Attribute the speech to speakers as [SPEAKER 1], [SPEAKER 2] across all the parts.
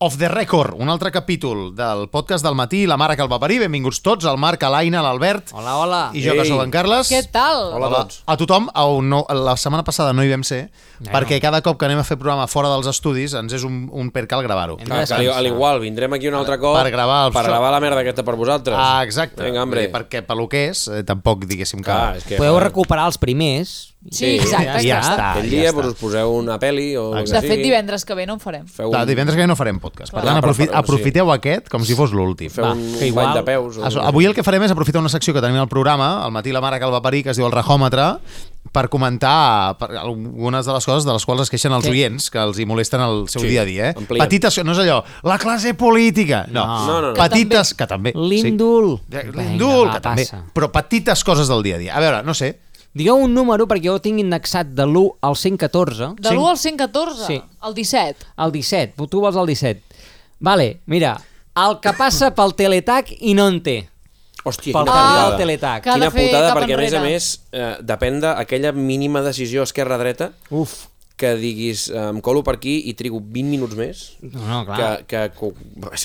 [SPEAKER 1] Of the Record, un altre capítol del podcast del matí, la mare que el va parir. Benvinguts tots, el Marc, a l'Aina, a l'Albert
[SPEAKER 2] Hola, hola.
[SPEAKER 1] i jo, que
[SPEAKER 3] Ei.
[SPEAKER 1] sóc en Carles.
[SPEAKER 4] Què tal?
[SPEAKER 3] Hola.
[SPEAKER 1] Hola
[SPEAKER 3] tots.
[SPEAKER 1] a tothom. A un nou, la setmana passada no hi vam ser,
[SPEAKER 2] No,
[SPEAKER 1] perquè cada cop que anem a fer programa fora dels estudis ens és un, un percal gravar-ho.
[SPEAKER 2] Hem de
[SPEAKER 3] Clar, que al,
[SPEAKER 2] descansar.
[SPEAKER 3] al igual, vindrem aquí un altre cop
[SPEAKER 1] per gravar el-
[SPEAKER 3] per gravar la merda aquesta per vosaltres.
[SPEAKER 1] Ah, exacte.
[SPEAKER 3] Vinga,
[SPEAKER 1] Vull
[SPEAKER 3] hombre.
[SPEAKER 1] dir, perquè pel que és, eh, tampoc diguéssim que...
[SPEAKER 3] Clar, és que...
[SPEAKER 2] Podeu recuperar els primers.
[SPEAKER 4] Sí, exacte.
[SPEAKER 1] I ja
[SPEAKER 4] exacte.
[SPEAKER 1] està.
[SPEAKER 3] Aquell
[SPEAKER 1] ja
[SPEAKER 3] dia
[SPEAKER 1] està.
[SPEAKER 3] pues, us poseu una peli o... el que
[SPEAKER 4] De fet,
[SPEAKER 3] sigui,
[SPEAKER 4] divendres que ve no en farem.
[SPEAKER 3] Feu
[SPEAKER 1] Clar,
[SPEAKER 3] un,
[SPEAKER 1] divendres que ve no farem podcast. Per
[SPEAKER 3] Clar,
[SPEAKER 1] tant,
[SPEAKER 3] però-
[SPEAKER 1] aprofi,
[SPEAKER 3] però sí.
[SPEAKER 1] aprofiteu aquest com si fos l'últim.
[SPEAKER 3] feu
[SPEAKER 2] Va,
[SPEAKER 3] un,
[SPEAKER 2] que
[SPEAKER 3] un
[SPEAKER 2] igual-
[SPEAKER 3] bany de peus. o-
[SPEAKER 1] Això, Avui el que farem és aprofitar una secció que tenim al programa, al matí la mare que el va parir, que es diu el rajòmetre, per comentar per algunes de les coses de les quals es queixen els oients, que els hi molesten el seu
[SPEAKER 3] Sí,
[SPEAKER 1] dia a dia. Eh?
[SPEAKER 3] ampliem.
[SPEAKER 1] Petites, no és allò, la classe política. No,
[SPEAKER 3] No, no, no.
[SPEAKER 1] petites, que també.
[SPEAKER 2] L'índul.
[SPEAKER 1] Sí.
[SPEAKER 2] Vinga,
[SPEAKER 1] L'indul,
[SPEAKER 2] va,
[SPEAKER 1] que també.
[SPEAKER 2] passa.
[SPEAKER 1] Però petites coses del dia a dia. A veure, no sé,
[SPEAKER 2] Digueu un número perquè jo ho tinc indexat de l'1 al 114.
[SPEAKER 4] De l'1 al 114,
[SPEAKER 2] Sí.
[SPEAKER 4] el 17.
[SPEAKER 2] Al 17. Tu vols el 17. Vale, mira. El que passa pel teletac i no en té.
[SPEAKER 3] Hòstia,
[SPEAKER 2] Pel
[SPEAKER 3] quina
[SPEAKER 2] carrer del
[SPEAKER 3] putada.
[SPEAKER 2] teletac.
[SPEAKER 4] Que ha
[SPEAKER 3] Quina
[SPEAKER 4] de fer
[SPEAKER 3] putada,
[SPEAKER 4] cap
[SPEAKER 3] perquè a més a
[SPEAKER 4] enrere.
[SPEAKER 3] més eh, depèn d'aquella mínima decisió esquerra-dreta
[SPEAKER 2] Uf.
[SPEAKER 3] que diguis eh, em colo per aquí i trigo 20 minuts més
[SPEAKER 2] No, no,
[SPEAKER 3] que,
[SPEAKER 2] clar.
[SPEAKER 3] que, que...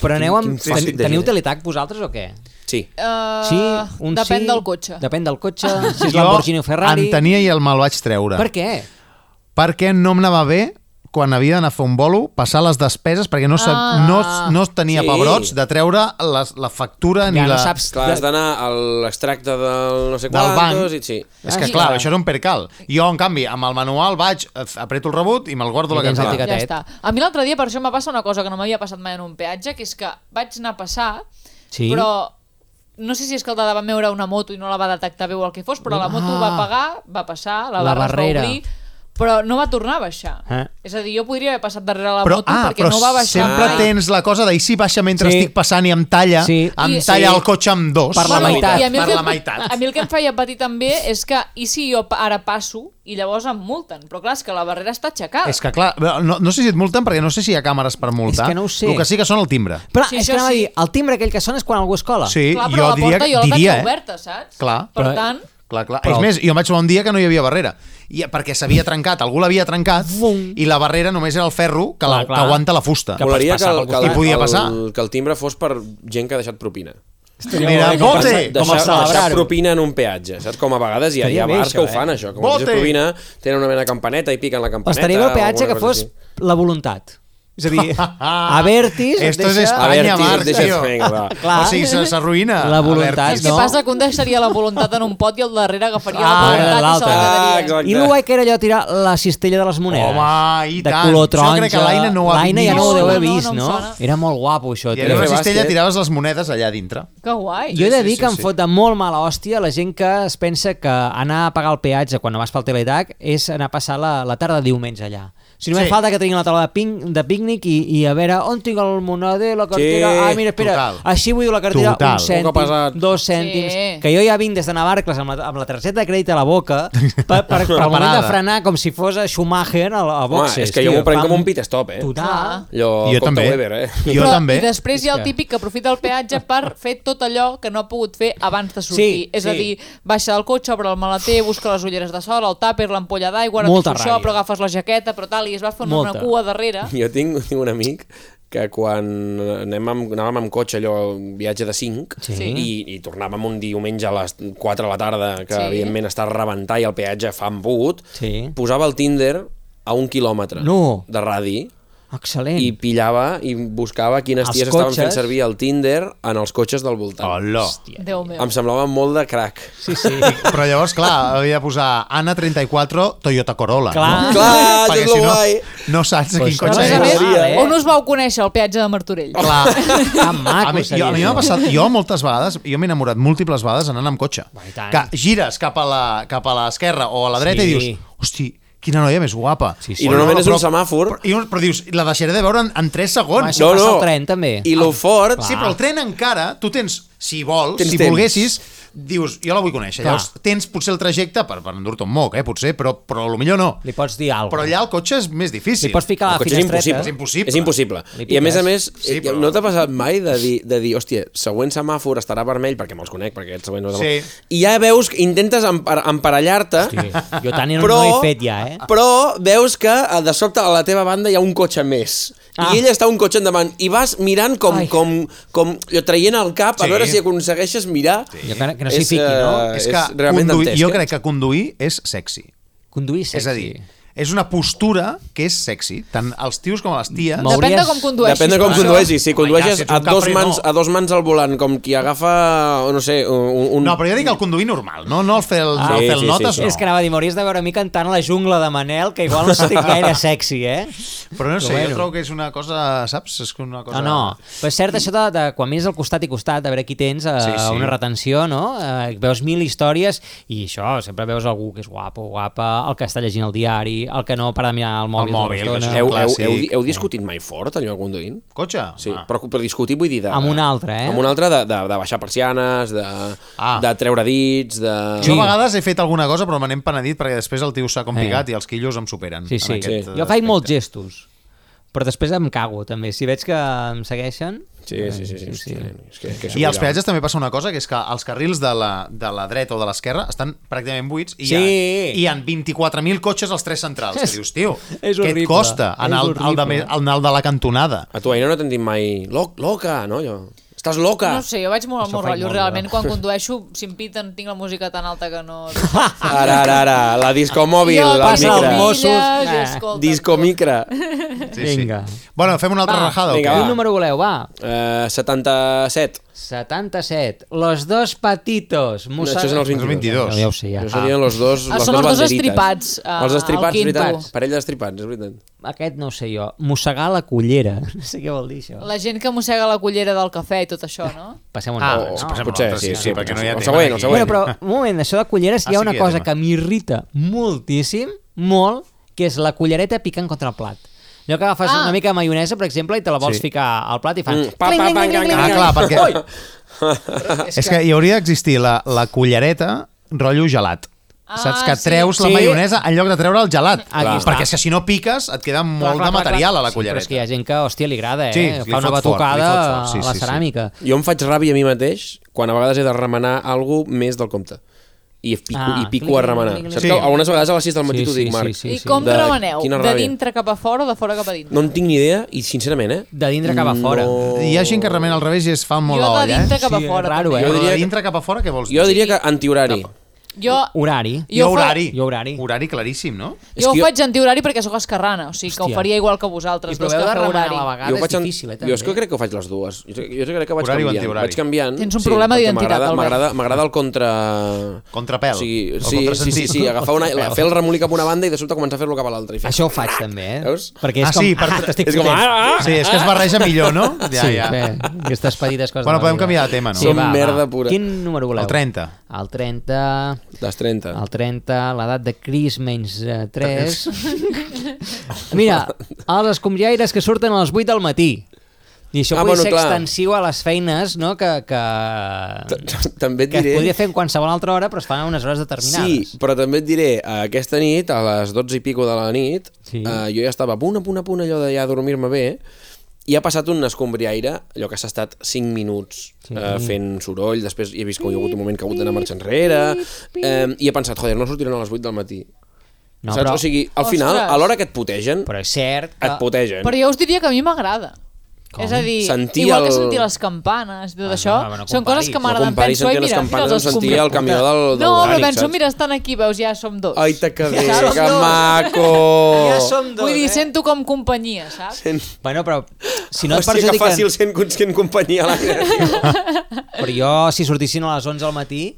[SPEAKER 2] Però aneu amb...
[SPEAKER 3] Quin fàstic
[SPEAKER 2] ten-
[SPEAKER 3] de
[SPEAKER 2] Teniu
[SPEAKER 3] gent, eh?
[SPEAKER 2] teletac vosaltres o què?
[SPEAKER 3] Sí.
[SPEAKER 4] Uh,
[SPEAKER 2] sí, un
[SPEAKER 4] depèn
[SPEAKER 2] sí.
[SPEAKER 4] del cotxe.
[SPEAKER 2] Depèn del cotxe, si
[SPEAKER 1] Ah.
[SPEAKER 2] és
[SPEAKER 1] Jo
[SPEAKER 2] Lamborghini o Ferrari.
[SPEAKER 1] En tenia i el me'l vaig treure.
[SPEAKER 2] Per què?
[SPEAKER 1] Perquè no em anava bé quan havia d'anar a fer un bolo, passar les despeses, perquè no, ah.
[SPEAKER 4] Ah.
[SPEAKER 1] no, no tenia
[SPEAKER 3] Sí.
[SPEAKER 1] pebrots de treure les, la factura ni
[SPEAKER 2] Ja
[SPEAKER 1] la...
[SPEAKER 2] no saps...
[SPEAKER 3] Clar, has d'anar a l'extracte del no sé
[SPEAKER 1] Del
[SPEAKER 3] quantos...
[SPEAKER 1] banc.
[SPEAKER 3] I, sí.
[SPEAKER 1] És
[SPEAKER 4] Ah,
[SPEAKER 1] que,
[SPEAKER 2] sí.
[SPEAKER 1] clar, això és un percal. Jo, en canvi, amb el manual vaig, eh, apreto el rebut i me'l guardo a la
[SPEAKER 2] I tens el
[SPEAKER 1] cartera.
[SPEAKER 2] tiquet.
[SPEAKER 4] Ja
[SPEAKER 2] Gatet.
[SPEAKER 4] està. A mi l'altre dia per això em va passar una cosa que no m'havia passat mai en un peatge, que és que vaig anar a passar,
[SPEAKER 2] Sí?
[SPEAKER 4] però no sé si és que el de davant meu era una moto i no la va detectar bé o el que fos, però la moto
[SPEAKER 2] Ah.
[SPEAKER 4] va pagar, va passar, la,
[SPEAKER 2] La
[SPEAKER 4] barra
[SPEAKER 2] barrera.
[SPEAKER 4] es va obrir, però no va tornar a baixar.
[SPEAKER 2] Eh.
[SPEAKER 4] És a dir, jo podria haver passat darrere la
[SPEAKER 1] Però,
[SPEAKER 4] moto
[SPEAKER 1] ah,
[SPEAKER 4] perquè
[SPEAKER 1] però
[SPEAKER 4] no va baixar
[SPEAKER 1] sempre
[SPEAKER 4] mai.
[SPEAKER 1] tens la cosa d'ahir si baixa mentre
[SPEAKER 2] Sí.
[SPEAKER 1] estic passant i em talla,
[SPEAKER 2] Sí.
[SPEAKER 1] em
[SPEAKER 4] I-
[SPEAKER 1] talla
[SPEAKER 4] sí.
[SPEAKER 1] el cotxe amb dos.
[SPEAKER 2] Per la
[SPEAKER 4] Bueno,
[SPEAKER 2] meitat.
[SPEAKER 4] i a mi el
[SPEAKER 1] Per
[SPEAKER 4] que-
[SPEAKER 1] la meitat.
[SPEAKER 4] A mi el que em feia patir també és que, i si jo pa- ara passo i llavors em multen? Però clar, és que la barrera està aixecada.
[SPEAKER 1] És que, clar, no, no sé si et multen perquè no sé si hi ha càmeres per multar.
[SPEAKER 2] que no ho sé.
[SPEAKER 1] El que sí que són el timbre.
[SPEAKER 2] Però sí,
[SPEAKER 4] Sí,
[SPEAKER 2] és
[SPEAKER 4] això
[SPEAKER 2] que anava
[SPEAKER 4] sí.
[SPEAKER 2] a dir, el timbre aquell que sona és quan algú es cola.
[SPEAKER 1] Sí,
[SPEAKER 4] clar,
[SPEAKER 1] jo
[SPEAKER 4] però
[SPEAKER 1] diria,
[SPEAKER 4] la porta jo la
[SPEAKER 1] diria,
[SPEAKER 4] vaig
[SPEAKER 1] eh?
[SPEAKER 4] oberta, saps?
[SPEAKER 1] Clar.
[SPEAKER 4] Per
[SPEAKER 2] Però- eh,
[SPEAKER 4] tant,
[SPEAKER 1] Clar, clar.
[SPEAKER 2] Però-
[SPEAKER 1] És més, jo em vaig trobar un dia que no hi havia barrera. I, eh, perquè s'havia trencat, algú l'havia trencat
[SPEAKER 2] Bum.
[SPEAKER 1] i la barrera només era el ferro que, la,
[SPEAKER 2] Clar, clar.
[SPEAKER 1] que aguanta la fusta.
[SPEAKER 2] Que
[SPEAKER 3] Molaria que
[SPEAKER 2] passar
[SPEAKER 3] el,
[SPEAKER 2] pel
[SPEAKER 3] que,
[SPEAKER 1] costat.
[SPEAKER 3] el,
[SPEAKER 1] I podia passar.
[SPEAKER 3] el, que el timbre fos per gent que ha deixat propina.
[SPEAKER 1] Mira,
[SPEAKER 2] Estaria molt bé.
[SPEAKER 1] bote!
[SPEAKER 3] deixar,
[SPEAKER 2] Com a
[SPEAKER 3] deixar
[SPEAKER 2] celebrar-ho.
[SPEAKER 3] propina en un peatge, saps? Com a vegades hi ha, hi ha
[SPEAKER 2] Estaria bé,
[SPEAKER 3] bars que ho
[SPEAKER 2] això,
[SPEAKER 3] fan,
[SPEAKER 2] eh?
[SPEAKER 3] això. Com a
[SPEAKER 1] Bote!
[SPEAKER 3] propina, tenen una mena de campaneta i piquen la campaneta.
[SPEAKER 2] Estaria bé el
[SPEAKER 3] o
[SPEAKER 2] peatge
[SPEAKER 3] alguna
[SPEAKER 2] que
[SPEAKER 3] cosa
[SPEAKER 2] fos la voluntat. És a dir,
[SPEAKER 1] Ah.
[SPEAKER 2] a Vertis et
[SPEAKER 1] Esto es
[SPEAKER 2] deixa...
[SPEAKER 3] A
[SPEAKER 1] Espanya,
[SPEAKER 3] Vertis,
[SPEAKER 1] Marc,
[SPEAKER 3] deixes-
[SPEAKER 1] tio.
[SPEAKER 3] vinga, va.
[SPEAKER 2] Clar.
[SPEAKER 1] O sigui, se- s'arruïna.
[SPEAKER 2] La voluntat,
[SPEAKER 1] A
[SPEAKER 4] és que
[SPEAKER 2] Ah, no?
[SPEAKER 4] passa que un deixaria la voluntat en un pot i el darrere agafaria
[SPEAKER 2] Ah,
[SPEAKER 4] la
[SPEAKER 2] era
[SPEAKER 4] voluntat i se
[SPEAKER 2] l'altre.
[SPEAKER 4] la
[SPEAKER 3] Ah,
[SPEAKER 4] quedaria.
[SPEAKER 3] exacte.
[SPEAKER 2] I el guai que era allò tirar la cistella de les monedes.
[SPEAKER 1] Home, i
[SPEAKER 2] de
[SPEAKER 1] tant.
[SPEAKER 2] color
[SPEAKER 1] Això
[SPEAKER 2] taronja.
[SPEAKER 1] crec que l'Aina no ho ha
[SPEAKER 2] L'Aina
[SPEAKER 1] vist.
[SPEAKER 2] ja no ho
[SPEAKER 4] No,
[SPEAKER 2] deu haver
[SPEAKER 4] no, no
[SPEAKER 2] vist,
[SPEAKER 4] em
[SPEAKER 2] no?
[SPEAKER 4] sona.
[SPEAKER 2] era molt guapo, això.
[SPEAKER 1] I
[SPEAKER 2] tio.
[SPEAKER 1] en una
[SPEAKER 3] fer
[SPEAKER 1] cistella
[SPEAKER 3] bàsquet.
[SPEAKER 1] tiraves les monedes allà dintre.
[SPEAKER 4] Que guai.
[SPEAKER 2] Jo he de dir
[SPEAKER 1] sí,
[SPEAKER 2] que em
[SPEAKER 1] sí.
[SPEAKER 2] fot de molt mala hòstia la gent que es pensa que anar a pagar el peatge quan no vas pel teletac és anar a passar la, la tarda de diumenge allà. Si només
[SPEAKER 1] Sí.
[SPEAKER 2] sí. falta que tinguin la taula de, ping, de pícnic i, i a veure on tinc el moneder, la cartera...
[SPEAKER 3] Sí,
[SPEAKER 2] Ai, mira, espera,
[SPEAKER 1] total.
[SPEAKER 2] així vull la cartera,
[SPEAKER 1] Total.
[SPEAKER 2] un
[SPEAKER 3] Un cop passat.
[SPEAKER 2] cèntim, dos cèntims...
[SPEAKER 4] Sí.
[SPEAKER 2] Que jo ja vinc des de Navarcles amb la, amb la targeta de crèdit a la boca per, per, per el moment
[SPEAKER 1] Preparada.
[SPEAKER 2] de frenar com si fos a Schumacher a, la- a
[SPEAKER 3] Home,
[SPEAKER 2] boxes.
[SPEAKER 3] és que jo
[SPEAKER 2] tio.
[SPEAKER 3] m'ho prenc
[SPEAKER 2] Vam-
[SPEAKER 3] com un pit stop, eh?
[SPEAKER 2] Total.
[SPEAKER 4] Clar.
[SPEAKER 3] Allò,
[SPEAKER 1] Jo
[SPEAKER 3] Compte
[SPEAKER 1] també.
[SPEAKER 3] Weber, eh?
[SPEAKER 1] Jo també.
[SPEAKER 4] I després hi ha el
[SPEAKER 2] És que-
[SPEAKER 4] típic que aprofita el peatge per fer tot allò que no ha pogut fer abans de sortir.
[SPEAKER 2] Sí,
[SPEAKER 4] és a
[SPEAKER 2] sí.
[SPEAKER 4] dir, baixa del cotxe, obre el maleter, busca les ulleres de sol, el tàper, l'ampolla d'aigua, ara
[SPEAKER 2] Molta
[SPEAKER 4] fixo això,
[SPEAKER 2] ràbia.
[SPEAKER 4] però agafes la jaqueta, però tal, i es va fer una
[SPEAKER 2] Molta.
[SPEAKER 4] cua darrere.
[SPEAKER 3] Jo tinc, tinc un amic que quan anem amb, anàvem amb cotxe allò, un viatge de 5
[SPEAKER 2] Sí.
[SPEAKER 3] i, i tornàvem un diumenge a les 4 de la tarda que
[SPEAKER 4] Sí.
[SPEAKER 3] sí. evidentment està a rebentar i el peatge fa embut
[SPEAKER 2] Sí.
[SPEAKER 3] posava el Tinder a un quilòmetre
[SPEAKER 2] No.
[SPEAKER 3] de radi
[SPEAKER 2] Excel·lent.
[SPEAKER 3] i pillava i buscava quines
[SPEAKER 2] Els
[SPEAKER 3] ties estaven fent
[SPEAKER 2] cotxes.
[SPEAKER 3] servir el Tinder en els cotxes del voltant
[SPEAKER 1] Hola.
[SPEAKER 4] Déu meu.
[SPEAKER 3] em semblava molt de crack
[SPEAKER 2] Sí, sí.
[SPEAKER 1] Però llavors, clar, havia de posar Anna 34 Toyota Corolla.
[SPEAKER 2] Clar.
[SPEAKER 1] no?
[SPEAKER 3] Clar,
[SPEAKER 1] Perquè
[SPEAKER 3] és lo
[SPEAKER 1] si no,
[SPEAKER 3] guai.
[SPEAKER 1] no saps a quin
[SPEAKER 2] Però
[SPEAKER 4] A
[SPEAKER 1] cotxe
[SPEAKER 4] més a
[SPEAKER 2] això
[SPEAKER 1] és.
[SPEAKER 2] és
[SPEAKER 4] més,
[SPEAKER 2] brutal, eh?
[SPEAKER 4] on us vau conèixer el peatge de Martorell?
[SPEAKER 1] Clar.
[SPEAKER 2] Tan maco
[SPEAKER 1] a mi, jo,
[SPEAKER 2] seria
[SPEAKER 1] a mi
[SPEAKER 2] això.
[SPEAKER 1] m'ha passat, jo moltes vegades, jo m'he enamorat múltiples vegades anant amb cotxe.
[SPEAKER 2] i tant.
[SPEAKER 1] Que gires cap a la- cap a l'esquerra o a la dreta
[SPEAKER 2] Sí.
[SPEAKER 1] i dius, hosti, quina noia més guapa.
[SPEAKER 2] Sí, sí.
[SPEAKER 3] I
[SPEAKER 1] Però
[SPEAKER 3] normalment
[SPEAKER 1] no,
[SPEAKER 3] és un
[SPEAKER 1] però-
[SPEAKER 3] semàfor.
[SPEAKER 1] Però, i un- però dius, la deixaré de veure en, en 3 segons.
[SPEAKER 2] Home, això passa al tren, també.
[SPEAKER 3] i lo fort
[SPEAKER 1] Sí, però el tren encara, tu tens, si vols,
[SPEAKER 3] Tens
[SPEAKER 1] si
[SPEAKER 3] temps.
[SPEAKER 1] volguessis, dius, jo la vull conèixer.
[SPEAKER 2] Clar.
[SPEAKER 1] Clar. Llavors, tens potser el trajecte per, per endur-te un moc, eh, potser, però, però millor no.
[SPEAKER 2] Li pots dir alguna
[SPEAKER 1] Però allà el cotxe és més difícil.
[SPEAKER 2] Li pots ficar
[SPEAKER 3] El
[SPEAKER 2] la
[SPEAKER 3] cotxe és
[SPEAKER 2] finestreta.
[SPEAKER 1] És impossible.
[SPEAKER 3] És impossible.
[SPEAKER 2] Ah, Li
[SPEAKER 3] I a més a
[SPEAKER 2] piques.
[SPEAKER 3] més,
[SPEAKER 1] Sí,
[SPEAKER 3] sí,
[SPEAKER 1] però-
[SPEAKER 3] però... no t'ha passat mai de dir, de dir, hòstia, següent semàfor estarà vermell, perquè me'ls conec, perquè el següent no és
[SPEAKER 1] Sí.
[SPEAKER 3] demà. I ja veus, que intentes empar emparellar-te,
[SPEAKER 2] Sí. Jo tant no,
[SPEAKER 3] però,
[SPEAKER 2] no he fet ja, eh?
[SPEAKER 3] però veus que eh, de sobte a la teva banda hi ha un cotxe més.
[SPEAKER 2] Ah.
[SPEAKER 3] Ah. I ell està un cotxe endavant. I vas mirant com,
[SPEAKER 2] Ai.
[SPEAKER 3] com, com jo traient el cap sí.
[SPEAKER 1] Sí.
[SPEAKER 3] a veure si aconsegueixes mirar.
[SPEAKER 2] Sí. Jo crec que no s'hi fiqui, no?
[SPEAKER 3] eh,
[SPEAKER 1] és que
[SPEAKER 3] realment
[SPEAKER 1] conduir,
[SPEAKER 3] dantesc,
[SPEAKER 1] jo
[SPEAKER 3] eh?
[SPEAKER 1] crec que conduir és sexy.
[SPEAKER 2] Conduir sexy.
[SPEAKER 1] És a dir, és una postura que és sexy, tant els tios com a les ties.
[SPEAKER 2] Molt.
[SPEAKER 4] Depèn de
[SPEAKER 2] Hauries-
[SPEAKER 4] com condueixis.
[SPEAKER 3] Depèn de com
[SPEAKER 4] per això.
[SPEAKER 3] condueixis. Si
[SPEAKER 1] Home, ja,
[SPEAKER 3] condueixes
[SPEAKER 1] si ets un
[SPEAKER 3] a, dos
[SPEAKER 1] cafre,
[SPEAKER 3] mans,
[SPEAKER 1] no.
[SPEAKER 3] a dos mans al volant, com qui agafa, no sé, un... un...
[SPEAKER 1] No, però jo dic el conduir normal, no, no el fer, el, ah,
[SPEAKER 3] sí,
[SPEAKER 1] el fer el
[SPEAKER 3] sí, sí,
[SPEAKER 1] notes,
[SPEAKER 3] sí.
[SPEAKER 1] no.
[SPEAKER 2] És que anava a dir, m'hauries de veure a mi cantant a la jungla de Manel, que igual no estic gaire sexy, eh?
[SPEAKER 1] Però no sé,
[SPEAKER 2] Però bueno.
[SPEAKER 1] jo trobo que és una cosa, saps? És que una cosa...
[SPEAKER 2] No, no. Però és cert això de, de quan mires al costat i costat, a veure qui tens eh, sí,
[SPEAKER 1] Sí,
[SPEAKER 2] sí.
[SPEAKER 1] sí.
[SPEAKER 2] una retenció, no? Eh, veus mil històries i això, sempre veus algú que és guapo, guapa, el que està llegint el diari, el que no para de mirar el mòbil.
[SPEAKER 1] mòbil,
[SPEAKER 2] tota
[SPEAKER 1] que
[SPEAKER 2] l'estona.
[SPEAKER 1] això
[SPEAKER 3] Heu, heu,
[SPEAKER 1] clàssic.
[SPEAKER 3] heu, heu discutit mai fort allò conduint?
[SPEAKER 1] Cotxe?
[SPEAKER 3] Sí,
[SPEAKER 1] Ah.
[SPEAKER 3] però, però discutir vull dir de...
[SPEAKER 2] Amb un altre, eh?
[SPEAKER 3] Amb un altre de, de, de baixar persianes, de, ah.
[SPEAKER 1] Ah.
[SPEAKER 3] de treure dits, de...
[SPEAKER 1] Jo
[SPEAKER 2] Sí.
[SPEAKER 1] a vegades he fet alguna cosa però me n'hem penedit perquè després el tio s'ha complicat
[SPEAKER 2] Eh.
[SPEAKER 1] eh. i els quillos em superen.
[SPEAKER 2] Sí, sí.
[SPEAKER 1] En aquest,
[SPEAKER 2] sí.
[SPEAKER 1] eh,
[SPEAKER 2] Jo faig
[SPEAKER 1] aspecte.
[SPEAKER 2] molts gestos, però després em cago, també. Si veig que em segueixen...
[SPEAKER 3] Sí, sí, sí. sí, sí, sí. És que, que això
[SPEAKER 1] I als
[SPEAKER 3] cuidado.
[SPEAKER 1] peatges també passa una cosa, que és que els carrils de la, de la dreta o de l'esquerra estan pràcticament buits i, hi,
[SPEAKER 2] Sí.
[SPEAKER 1] ha, hi ha 24.000 cotxes als tres centrals. Que dius, tio,
[SPEAKER 2] és
[SPEAKER 1] què
[SPEAKER 2] horrible,
[SPEAKER 1] et costa
[SPEAKER 2] és
[SPEAKER 1] anar al, al, de, me-
[SPEAKER 2] horrible.
[SPEAKER 1] anar al de la cantonada?
[SPEAKER 3] A tu, Aina, no t'han dit mai... Loc, loca, no? Jo. Estàs loca!
[SPEAKER 4] No sé, jo vaig molt al
[SPEAKER 2] Això faig
[SPEAKER 4] morrallo,
[SPEAKER 2] molt,
[SPEAKER 4] realment,
[SPEAKER 2] eh?
[SPEAKER 4] quan condueixo, si em piten, tinc la música tan alta que no...
[SPEAKER 3] Ara, ara, ara, la discomòbil,
[SPEAKER 4] Jo,
[SPEAKER 3] la
[SPEAKER 2] passa
[SPEAKER 3] micra.
[SPEAKER 2] el mos- Mossos,
[SPEAKER 4] Eh.
[SPEAKER 2] eh,
[SPEAKER 4] Escolta,
[SPEAKER 3] Discomicra.
[SPEAKER 2] Vinga.
[SPEAKER 1] Sí. Bueno, fem una altra
[SPEAKER 2] Va,
[SPEAKER 1] rajada. o
[SPEAKER 3] vinga,
[SPEAKER 2] Quin
[SPEAKER 1] què?
[SPEAKER 3] va.
[SPEAKER 2] número voleu? Va.
[SPEAKER 3] Uh, 77.
[SPEAKER 2] 77. Los dos patitos.
[SPEAKER 3] No, això són els 22.
[SPEAKER 1] Els 22.
[SPEAKER 2] Ja ho sé, ja.
[SPEAKER 3] Això serien los dos,
[SPEAKER 4] Ah,
[SPEAKER 3] les
[SPEAKER 4] són
[SPEAKER 3] dos
[SPEAKER 4] els dos
[SPEAKER 3] banderites.
[SPEAKER 4] estripats, ah,
[SPEAKER 3] els estripats,
[SPEAKER 4] al
[SPEAKER 3] és veritat.
[SPEAKER 4] quinto.
[SPEAKER 3] Parella d'estripats, és veritat.
[SPEAKER 2] Ah, Aquest no ho sé jo. Mossegar la cullera. No sé què vol dir això.
[SPEAKER 4] La gent que mossega la cullera del cafè i tot això, no?
[SPEAKER 2] Passem un
[SPEAKER 1] Ah,
[SPEAKER 2] altre,
[SPEAKER 1] ens
[SPEAKER 2] no?
[SPEAKER 1] passem
[SPEAKER 3] Potser,
[SPEAKER 1] un altre, sí,
[SPEAKER 3] sí,
[SPEAKER 1] sí,
[SPEAKER 3] sí,
[SPEAKER 1] perquè
[SPEAKER 3] potser.
[SPEAKER 1] no hi ha
[SPEAKER 3] El
[SPEAKER 1] tema
[SPEAKER 3] següent, el
[SPEAKER 1] aquí.
[SPEAKER 3] següent.
[SPEAKER 2] Bueno, però, un moment, això de culleres,
[SPEAKER 1] Ah,
[SPEAKER 2] hi ha
[SPEAKER 1] sí
[SPEAKER 2] una
[SPEAKER 1] que hi ha
[SPEAKER 2] cosa
[SPEAKER 1] tema.
[SPEAKER 2] que m'irrita moltíssim, molt, que és la cullereta picant contra el plat. Allò que agafes
[SPEAKER 4] Ah.
[SPEAKER 2] una mica de maionesa, per exemple, i te la vols
[SPEAKER 1] Sí.
[SPEAKER 2] ficar al plat i fan...
[SPEAKER 3] Mm, pa, pa,
[SPEAKER 2] cling, cling,
[SPEAKER 3] pa,
[SPEAKER 2] cling,
[SPEAKER 3] pa,
[SPEAKER 1] Ah,
[SPEAKER 2] cling,
[SPEAKER 1] clar,
[SPEAKER 2] cling.
[SPEAKER 1] perquè... És que hi hauria d'existir la, la cullereta rotllo gelat.
[SPEAKER 4] Ah,
[SPEAKER 1] Saps que
[SPEAKER 4] sí.
[SPEAKER 1] treus la
[SPEAKER 2] Sí.
[SPEAKER 1] maionesa en lloc de treure el gelat.
[SPEAKER 2] Aquí està.
[SPEAKER 1] perquè és que si no piques et queda Ah, molt de material a la
[SPEAKER 2] Sí, però és que hi
[SPEAKER 1] cullereta.
[SPEAKER 2] ha gent que, hòstia, li agrada, eh?
[SPEAKER 1] Sí, li
[SPEAKER 2] Fa una
[SPEAKER 1] fot fort,
[SPEAKER 2] batucada
[SPEAKER 1] li fot fort, sí,
[SPEAKER 2] a la
[SPEAKER 1] sí, sí.
[SPEAKER 2] ceràmica.
[SPEAKER 3] Jo em faig ràbia a mi mateix quan a vegades he de remenar algú més del compte. I pico,
[SPEAKER 2] Ah,
[SPEAKER 3] ah, i pico
[SPEAKER 2] cling,
[SPEAKER 3] a remenar.
[SPEAKER 2] cling,
[SPEAKER 3] Sí.
[SPEAKER 2] cling,
[SPEAKER 3] Saps
[SPEAKER 1] cling.
[SPEAKER 3] que algunes vegades a les 6 del matí
[SPEAKER 2] Sí,
[SPEAKER 3] sí, t'ho
[SPEAKER 2] sí,
[SPEAKER 3] dic, Marc.
[SPEAKER 2] Marc.
[SPEAKER 4] I com
[SPEAKER 3] De-
[SPEAKER 4] remeneu?
[SPEAKER 3] quina
[SPEAKER 4] De
[SPEAKER 3] ràbia.
[SPEAKER 4] dintre cap a fora o de fora cap a dintre?
[SPEAKER 3] No en tinc ni idea i, sincerament, eh?
[SPEAKER 2] De dintre cap a fora.
[SPEAKER 3] No.
[SPEAKER 1] Hi ha gent que remena al revés i es fa molt
[SPEAKER 4] jo
[SPEAKER 1] la
[SPEAKER 4] de
[SPEAKER 1] olla,
[SPEAKER 4] dintre
[SPEAKER 1] eh?
[SPEAKER 4] cap a
[SPEAKER 2] Sí,
[SPEAKER 4] fora.
[SPEAKER 2] raro,
[SPEAKER 4] també.
[SPEAKER 1] Però
[SPEAKER 3] Jo diria
[SPEAKER 1] de
[SPEAKER 3] que-
[SPEAKER 1] dintre cap a fora, què vols dir?
[SPEAKER 3] Jo diria que antihorari.
[SPEAKER 4] Jo,
[SPEAKER 2] Horari.
[SPEAKER 1] Hi ha
[SPEAKER 4] jo fa-
[SPEAKER 1] horari.
[SPEAKER 2] hi ha horari.
[SPEAKER 1] Horari claríssim, no?
[SPEAKER 3] És
[SPEAKER 4] jo ho
[SPEAKER 3] que jo-
[SPEAKER 4] faig antihorari perquè sóc esquerrana, o sigui que
[SPEAKER 2] Hòstia.
[SPEAKER 4] ho faria igual que
[SPEAKER 2] I
[SPEAKER 4] vosaltres, dos que
[SPEAKER 2] proveu de
[SPEAKER 4] feu
[SPEAKER 2] remenar a
[SPEAKER 4] horari.
[SPEAKER 2] la vegada, és
[SPEAKER 3] en-
[SPEAKER 2] difícil, eh, també.
[SPEAKER 3] jo és que crec que ho faig les dues. Jo, jo crec que vaig
[SPEAKER 1] Horari o
[SPEAKER 3] canviant.
[SPEAKER 1] antihorari?
[SPEAKER 3] Vaig canviant.
[SPEAKER 4] Tens un problema
[SPEAKER 3] perquè
[SPEAKER 4] d'identitat,
[SPEAKER 3] m'agrada-
[SPEAKER 4] Albert.
[SPEAKER 3] M'agrada m'agrada el contra...
[SPEAKER 1] Contrapèl.
[SPEAKER 3] O sigui,
[SPEAKER 1] El
[SPEAKER 3] sí, sí, sí,
[SPEAKER 1] contrasentit.
[SPEAKER 3] sí, agafar una, la, fer el remolí cap a una banda i de sobte començar a fer-lo cap a l'altra. i fer-
[SPEAKER 2] Això ho faig, també, eh?
[SPEAKER 3] Veus?
[SPEAKER 2] Perquè és
[SPEAKER 1] Ah,
[SPEAKER 2] com...
[SPEAKER 1] sí, per-
[SPEAKER 2] ah, t'estic
[SPEAKER 3] és com,
[SPEAKER 2] fotent.
[SPEAKER 3] ah, ah,
[SPEAKER 1] Sí, és que es barreja millor, no? Ja,
[SPEAKER 2] sí,
[SPEAKER 1] ja.
[SPEAKER 2] Bé, aquestes petites coses.
[SPEAKER 1] Bueno,
[SPEAKER 2] de
[SPEAKER 1] podem
[SPEAKER 2] la vida.
[SPEAKER 1] canviar de tema, no?
[SPEAKER 3] Som merda pura.
[SPEAKER 2] Quin número voleu?
[SPEAKER 1] El 30.
[SPEAKER 2] El 30...
[SPEAKER 3] Les 30.
[SPEAKER 2] El 30, l'edat de Cris menys 3. Mira, els escombriaires que surten a les 8 del matí. I això ah,
[SPEAKER 3] Ah,
[SPEAKER 2] pot
[SPEAKER 3] bueno,
[SPEAKER 2] ser
[SPEAKER 3] clar.
[SPEAKER 2] extensiu a les feines, no?, que... que...
[SPEAKER 3] T- També et
[SPEAKER 2] que es
[SPEAKER 3] diré...
[SPEAKER 2] podria fer en qualsevol altra hora, però es fan a unes hores determinades.
[SPEAKER 3] Sí, però també et diré, eh, aquesta nit, a les 12 i pico de la nit,
[SPEAKER 2] Sí.
[SPEAKER 3] sí. eh, jo ja estava a punt, a punt, a punt, allò de ja dormir-me bé, i ha passat un escombriaire, allò que s'ha estat 5 minuts sí. eh, fent soroll, després hi he vist que hi ha hagut un moment que ha hagut d'anar marxa enrere, eh, i he pensat, joder, no sortiran a les 8 del matí.
[SPEAKER 2] No,
[SPEAKER 3] Saps?
[SPEAKER 2] però-
[SPEAKER 3] O sigui, al final,
[SPEAKER 4] Ostres.
[SPEAKER 3] a l'hora que et putegen,
[SPEAKER 2] Però és cert que...
[SPEAKER 3] et putegen.
[SPEAKER 4] Però jo us diria que a mi m'agrada. És a dir,
[SPEAKER 3] Sentir
[SPEAKER 4] igual que
[SPEAKER 3] el-
[SPEAKER 4] sentir les campanes i tot
[SPEAKER 2] Ah,
[SPEAKER 4] això,
[SPEAKER 2] no, no, no
[SPEAKER 4] són
[SPEAKER 2] comparis.
[SPEAKER 4] coses
[SPEAKER 2] No
[SPEAKER 4] que
[SPEAKER 3] no
[SPEAKER 4] m'agraden.
[SPEAKER 3] comparis
[SPEAKER 4] penso,
[SPEAKER 3] sentir
[SPEAKER 4] ai,
[SPEAKER 3] les
[SPEAKER 4] mira,
[SPEAKER 3] campanes
[SPEAKER 4] mira,
[SPEAKER 3] amb
[SPEAKER 4] els dos
[SPEAKER 3] sentir el camió del, del
[SPEAKER 4] No, però
[SPEAKER 3] Dani,
[SPEAKER 4] penso,
[SPEAKER 3] saps?
[SPEAKER 4] mira, estan aquí, veus, ja som dos.
[SPEAKER 3] Ai, ta que bé,
[SPEAKER 4] Ja som
[SPEAKER 3] que
[SPEAKER 4] dos.
[SPEAKER 3] maco!
[SPEAKER 2] Ja som dos,
[SPEAKER 4] Vull dir,
[SPEAKER 2] eh?
[SPEAKER 4] sento com companyia, saps?
[SPEAKER 2] Bueno, però si no et
[SPEAKER 3] Hòstia, que
[SPEAKER 2] perjudiquen...
[SPEAKER 3] fàcil sent conscient companyia. La...
[SPEAKER 2] Però jo, si sortissin a les 11 al matí,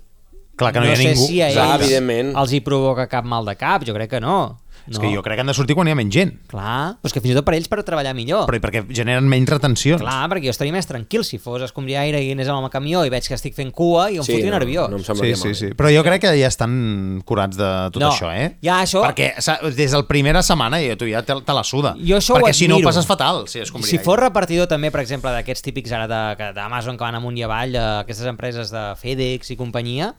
[SPEAKER 1] Clar que no, hi ha
[SPEAKER 2] sé
[SPEAKER 1] ningú.
[SPEAKER 2] si a ells
[SPEAKER 3] Clar, evidentment.
[SPEAKER 2] els hi provoca cap mal de cap, jo crec que no.
[SPEAKER 1] És
[SPEAKER 2] No.
[SPEAKER 1] que jo crec que han de sortir quan hi ha menys gent.
[SPEAKER 2] Clar, però és que fins i tot per ells per treballar millor.
[SPEAKER 1] Però i perquè generen menys retencions.
[SPEAKER 2] Clar, perquè jo estaria més tranquil si fos escombriaire i anés amb el camió i veig que estic fent cua i em sí, fotria
[SPEAKER 3] no,
[SPEAKER 2] nerviós.
[SPEAKER 3] No em
[SPEAKER 1] Sí,
[SPEAKER 3] semblaria
[SPEAKER 1] sí, sí.
[SPEAKER 3] malament.
[SPEAKER 1] Però jo crec que ja estan curats de tot
[SPEAKER 2] No,
[SPEAKER 1] això, eh?
[SPEAKER 2] ja això-
[SPEAKER 1] Perquè sa- des de la primera setmana ja, tu ja te, te la suda.
[SPEAKER 2] Jo això ho
[SPEAKER 1] Perquè si no ho
[SPEAKER 2] admiro.
[SPEAKER 1] passes fatal, si és
[SPEAKER 2] Si fos repartidor també, per exemple, d'aquests típics ara de- que- d'Amazon que van amunt i avall, d'aquestes empreses de FedEx i companyia,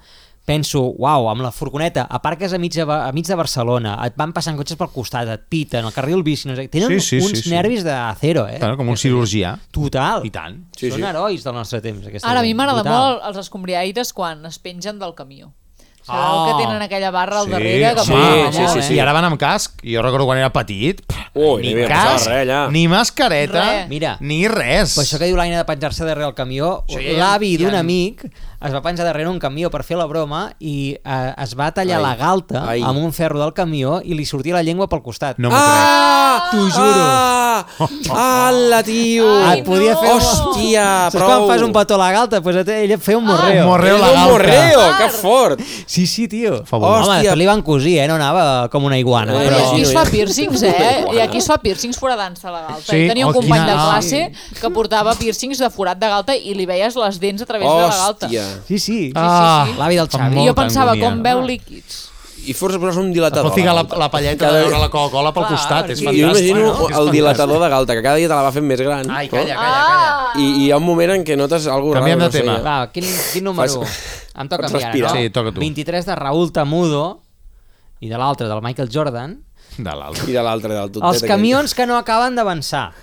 [SPEAKER 2] penso, uau, amb la furgoneta, aparques a mig de, Ba- a mig de Barcelona, et van passant cotxes pel costat, et piten, el carril bici, no sé, què. tenen
[SPEAKER 1] Sí, sí,
[SPEAKER 2] uns
[SPEAKER 1] sí, sí.
[SPEAKER 2] nervis d'acero, eh?
[SPEAKER 1] Clar, com un cirurgià.
[SPEAKER 2] Total.
[SPEAKER 1] I tant.
[SPEAKER 3] Sí,
[SPEAKER 2] Són
[SPEAKER 3] sí.
[SPEAKER 2] herois del nostre temps, aquesta
[SPEAKER 4] Ara, a
[SPEAKER 2] gent.
[SPEAKER 4] mi m'agrada
[SPEAKER 2] Brutal.
[SPEAKER 4] molt els escombriaires quan es pengen del camió. Sabeu
[SPEAKER 2] Ah.
[SPEAKER 4] que tenen aquella barra al darrere que
[SPEAKER 1] sí,
[SPEAKER 4] m'agrada
[SPEAKER 1] sí, sí,
[SPEAKER 4] molt,
[SPEAKER 1] sí.
[SPEAKER 4] eh?
[SPEAKER 1] I ara van amb casc. Jo recordo quan era petit. pff,
[SPEAKER 3] Ui,
[SPEAKER 1] ni
[SPEAKER 3] no hi havia
[SPEAKER 1] casc,
[SPEAKER 3] passat res, allà.
[SPEAKER 1] ni mascareta,
[SPEAKER 4] Res.
[SPEAKER 2] Mira.
[SPEAKER 1] ni res.
[SPEAKER 2] Però això que diu l'Aina de penjar-se darrere el camió,
[SPEAKER 1] Això ja hi ha-
[SPEAKER 2] l'avi
[SPEAKER 1] hi ha-
[SPEAKER 2] d'un amic es va penjar darrere un camió per fer la broma i eh, es va tallar
[SPEAKER 3] Ai.
[SPEAKER 2] la galta
[SPEAKER 3] Ai.
[SPEAKER 2] amb un ferro del camió i li sortia la llengua pel costat.
[SPEAKER 1] No m'ho crec.
[SPEAKER 3] Ah!
[SPEAKER 2] T'ho juro.
[SPEAKER 3] Ah! Ala, tio!
[SPEAKER 4] Ai,
[SPEAKER 2] Et podia
[SPEAKER 4] no.
[SPEAKER 2] fer...
[SPEAKER 3] Hòstia,
[SPEAKER 2] Ah, Saps
[SPEAKER 3] prou. Ah.
[SPEAKER 2] quan fas un petó a la galta? Pues et, ella et feia un morreo.
[SPEAKER 1] Un morreo a la
[SPEAKER 3] Un
[SPEAKER 1] galta.
[SPEAKER 3] morreo, que fort!
[SPEAKER 2] Sí, sí, tio.
[SPEAKER 1] Fabulós.
[SPEAKER 2] Home,
[SPEAKER 3] Hòstia.
[SPEAKER 2] després li van cosir, eh? No anava com una iguana.
[SPEAKER 3] Ai,
[SPEAKER 2] Però...
[SPEAKER 4] Però... I aquí es
[SPEAKER 3] Sí, no,
[SPEAKER 4] fa
[SPEAKER 3] ja.
[SPEAKER 4] piercings, eh? I aquí es fa piercings foradant-se la galta.
[SPEAKER 1] Sí,
[SPEAKER 4] Sí, tenia un
[SPEAKER 1] oh,
[SPEAKER 4] company
[SPEAKER 1] quina-
[SPEAKER 4] de classe que portava piercings de forat de galta i li veies les dents a través de la galta.
[SPEAKER 3] Hòstia!
[SPEAKER 2] Sí, sí.
[SPEAKER 1] Ah,
[SPEAKER 2] L'avi del
[SPEAKER 1] fa
[SPEAKER 2] Xavi.
[SPEAKER 4] I jo
[SPEAKER 1] molta
[SPEAKER 4] pensava,
[SPEAKER 1] angúnia.
[SPEAKER 4] com veu líquids?
[SPEAKER 3] I fos a posar un
[SPEAKER 1] Es
[SPEAKER 3] dilatador.
[SPEAKER 1] pot ficar la,
[SPEAKER 3] galta.
[SPEAKER 1] la palleta de
[SPEAKER 3] Cada-
[SPEAKER 1] veure la Coca-Cola pel
[SPEAKER 2] Clar,
[SPEAKER 1] costat. És
[SPEAKER 2] sí.
[SPEAKER 3] Jo
[SPEAKER 1] fantàstic.
[SPEAKER 3] imagino
[SPEAKER 1] no? És
[SPEAKER 3] el
[SPEAKER 1] fantàstic.
[SPEAKER 3] dilatador de galta, que cada dia te la va fent més gran.
[SPEAKER 1] Ai, calla,
[SPEAKER 3] no?
[SPEAKER 1] calla, calla.
[SPEAKER 3] I, I hi ha un moment en què notes alguna
[SPEAKER 1] Canviem de
[SPEAKER 3] cosa.
[SPEAKER 1] tema.
[SPEAKER 2] Va, quin, quin número?
[SPEAKER 3] Fas-
[SPEAKER 2] Em toca
[SPEAKER 3] Pots
[SPEAKER 2] enviar,
[SPEAKER 3] respirar.
[SPEAKER 2] no?
[SPEAKER 1] Sí, toca tu.
[SPEAKER 2] 23 de Raúl Tamudo i de l'altre, del Michael Jordan.
[SPEAKER 1] De l'altre.
[SPEAKER 3] I de l'altre, del tot.
[SPEAKER 2] Els camions que no acaben d'avançar.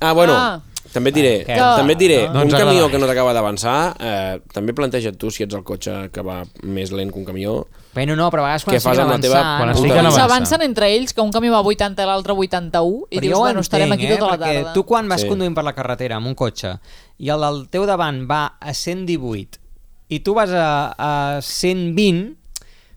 [SPEAKER 3] Ah, bueno,
[SPEAKER 4] Ah.
[SPEAKER 3] també et diré,
[SPEAKER 2] Què?
[SPEAKER 3] també et diré
[SPEAKER 1] No
[SPEAKER 3] un
[SPEAKER 1] ens agrada
[SPEAKER 3] camió
[SPEAKER 1] res.
[SPEAKER 3] que no t'acaba d'avançar, eh, també planteja't tu si ets el cotxe que va més lent que un camió.
[SPEAKER 2] Bueno, no, però a vegades quan
[SPEAKER 3] Què fas
[SPEAKER 2] estiguen
[SPEAKER 3] amb la teva
[SPEAKER 2] avançant...
[SPEAKER 1] Quan
[SPEAKER 2] o-
[SPEAKER 1] estiguen
[SPEAKER 4] Doncs
[SPEAKER 1] avançant.
[SPEAKER 4] avancen entre ells, que un camió va 80 i l'altre 81, i
[SPEAKER 2] Però
[SPEAKER 4] dius,
[SPEAKER 2] jo ho
[SPEAKER 4] bueno, estarem
[SPEAKER 2] entenc,
[SPEAKER 4] aquí tota la
[SPEAKER 2] eh? Perquè
[SPEAKER 4] tarda.
[SPEAKER 2] Tu quan vas
[SPEAKER 3] Sí.
[SPEAKER 2] sí. conduint per la carretera amb un cotxe i el del teu davant va a 118 i tu vas a, a 120,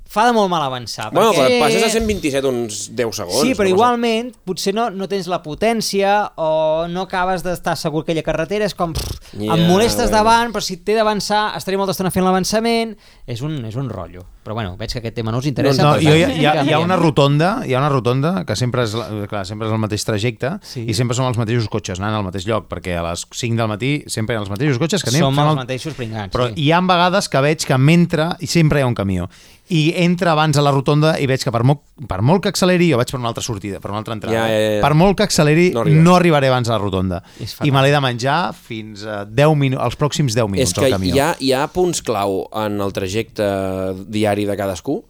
[SPEAKER 2] fa de molt mal
[SPEAKER 1] Ah,
[SPEAKER 2] avançar.
[SPEAKER 3] Bueno,
[SPEAKER 2] perquè...
[SPEAKER 3] però
[SPEAKER 4] Sí.
[SPEAKER 3] passes a 127 uns 10 segons.
[SPEAKER 2] Sí, però
[SPEAKER 3] no passa-
[SPEAKER 2] igualment potser no, no tens la potència o no acabes d'estar segur que aquella carretera és com pff,
[SPEAKER 3] Ja,
[SPEAKER 2] yeah, em molestes
[SPEAKER 3] bueno.
[SPEAKER 2] davant però si t'he d'avançar estaré molta estona fent l'avançament és un, és un rotllo però bueno, veig que aquest tema no us interessa
[SPEAKER 1] No,
[SPEAKER 2] per
[SPEAKER 1] jo,
[SPEAKER 2] tant,
[SPEAKER 1] hi, ha- hi, ha, hi ha una
[SPEAKER 2] canviem.
[SPEAKER 1] rotonda, hi ha una rotonda que sempre és, la- clar, sempre és el mateix trajecte sí.
[SPEAKER 2] Sí.
[SPEAKER 1] i sempre són els mateixos cotxes anant al mateix lloc, perquè a les 5 del matí sempre hi ha els mateixos cotxes que anem
[SPEAKER 2] som
[SPEAKER 1] fent
[SPEAKER 2] els
[SPEAKER 1] el-
[SPEAKER 2] mateixos pringats
[SPEAKER 1] Però
[SPEAKER 2] sí.
[SPEAKER 1] hi ha vegades que veig que mentre, i sempre hi ha un camió, i entra abans a la rotonda i veig que per molt, per molt que acceleri, jo vaig per una altra sortida, per una altra entrada,
[SPEAKER 3] Ja, ja, ja.
[SPEAKER 1] per molt que acceleri,
[SPEAKER 3] No
[SPEAKER 1] no,
[SPEAKER 3] arribes.
[SPEAKER 1] no arribaré abans a la rotonda.
[SPEAKER 2] És fatal.
[SPEAKER 1] I me l'he de menjar fins a 10 minu els pròxims 10
[SPEAKER 3] És
[SPEAKER 1] minuts
[SPEAKER 3] que
[SPEAKER 1] al camió.
[SPEAKER 3] hi ha, hi ha punts clau en el trajecte diari de cadascú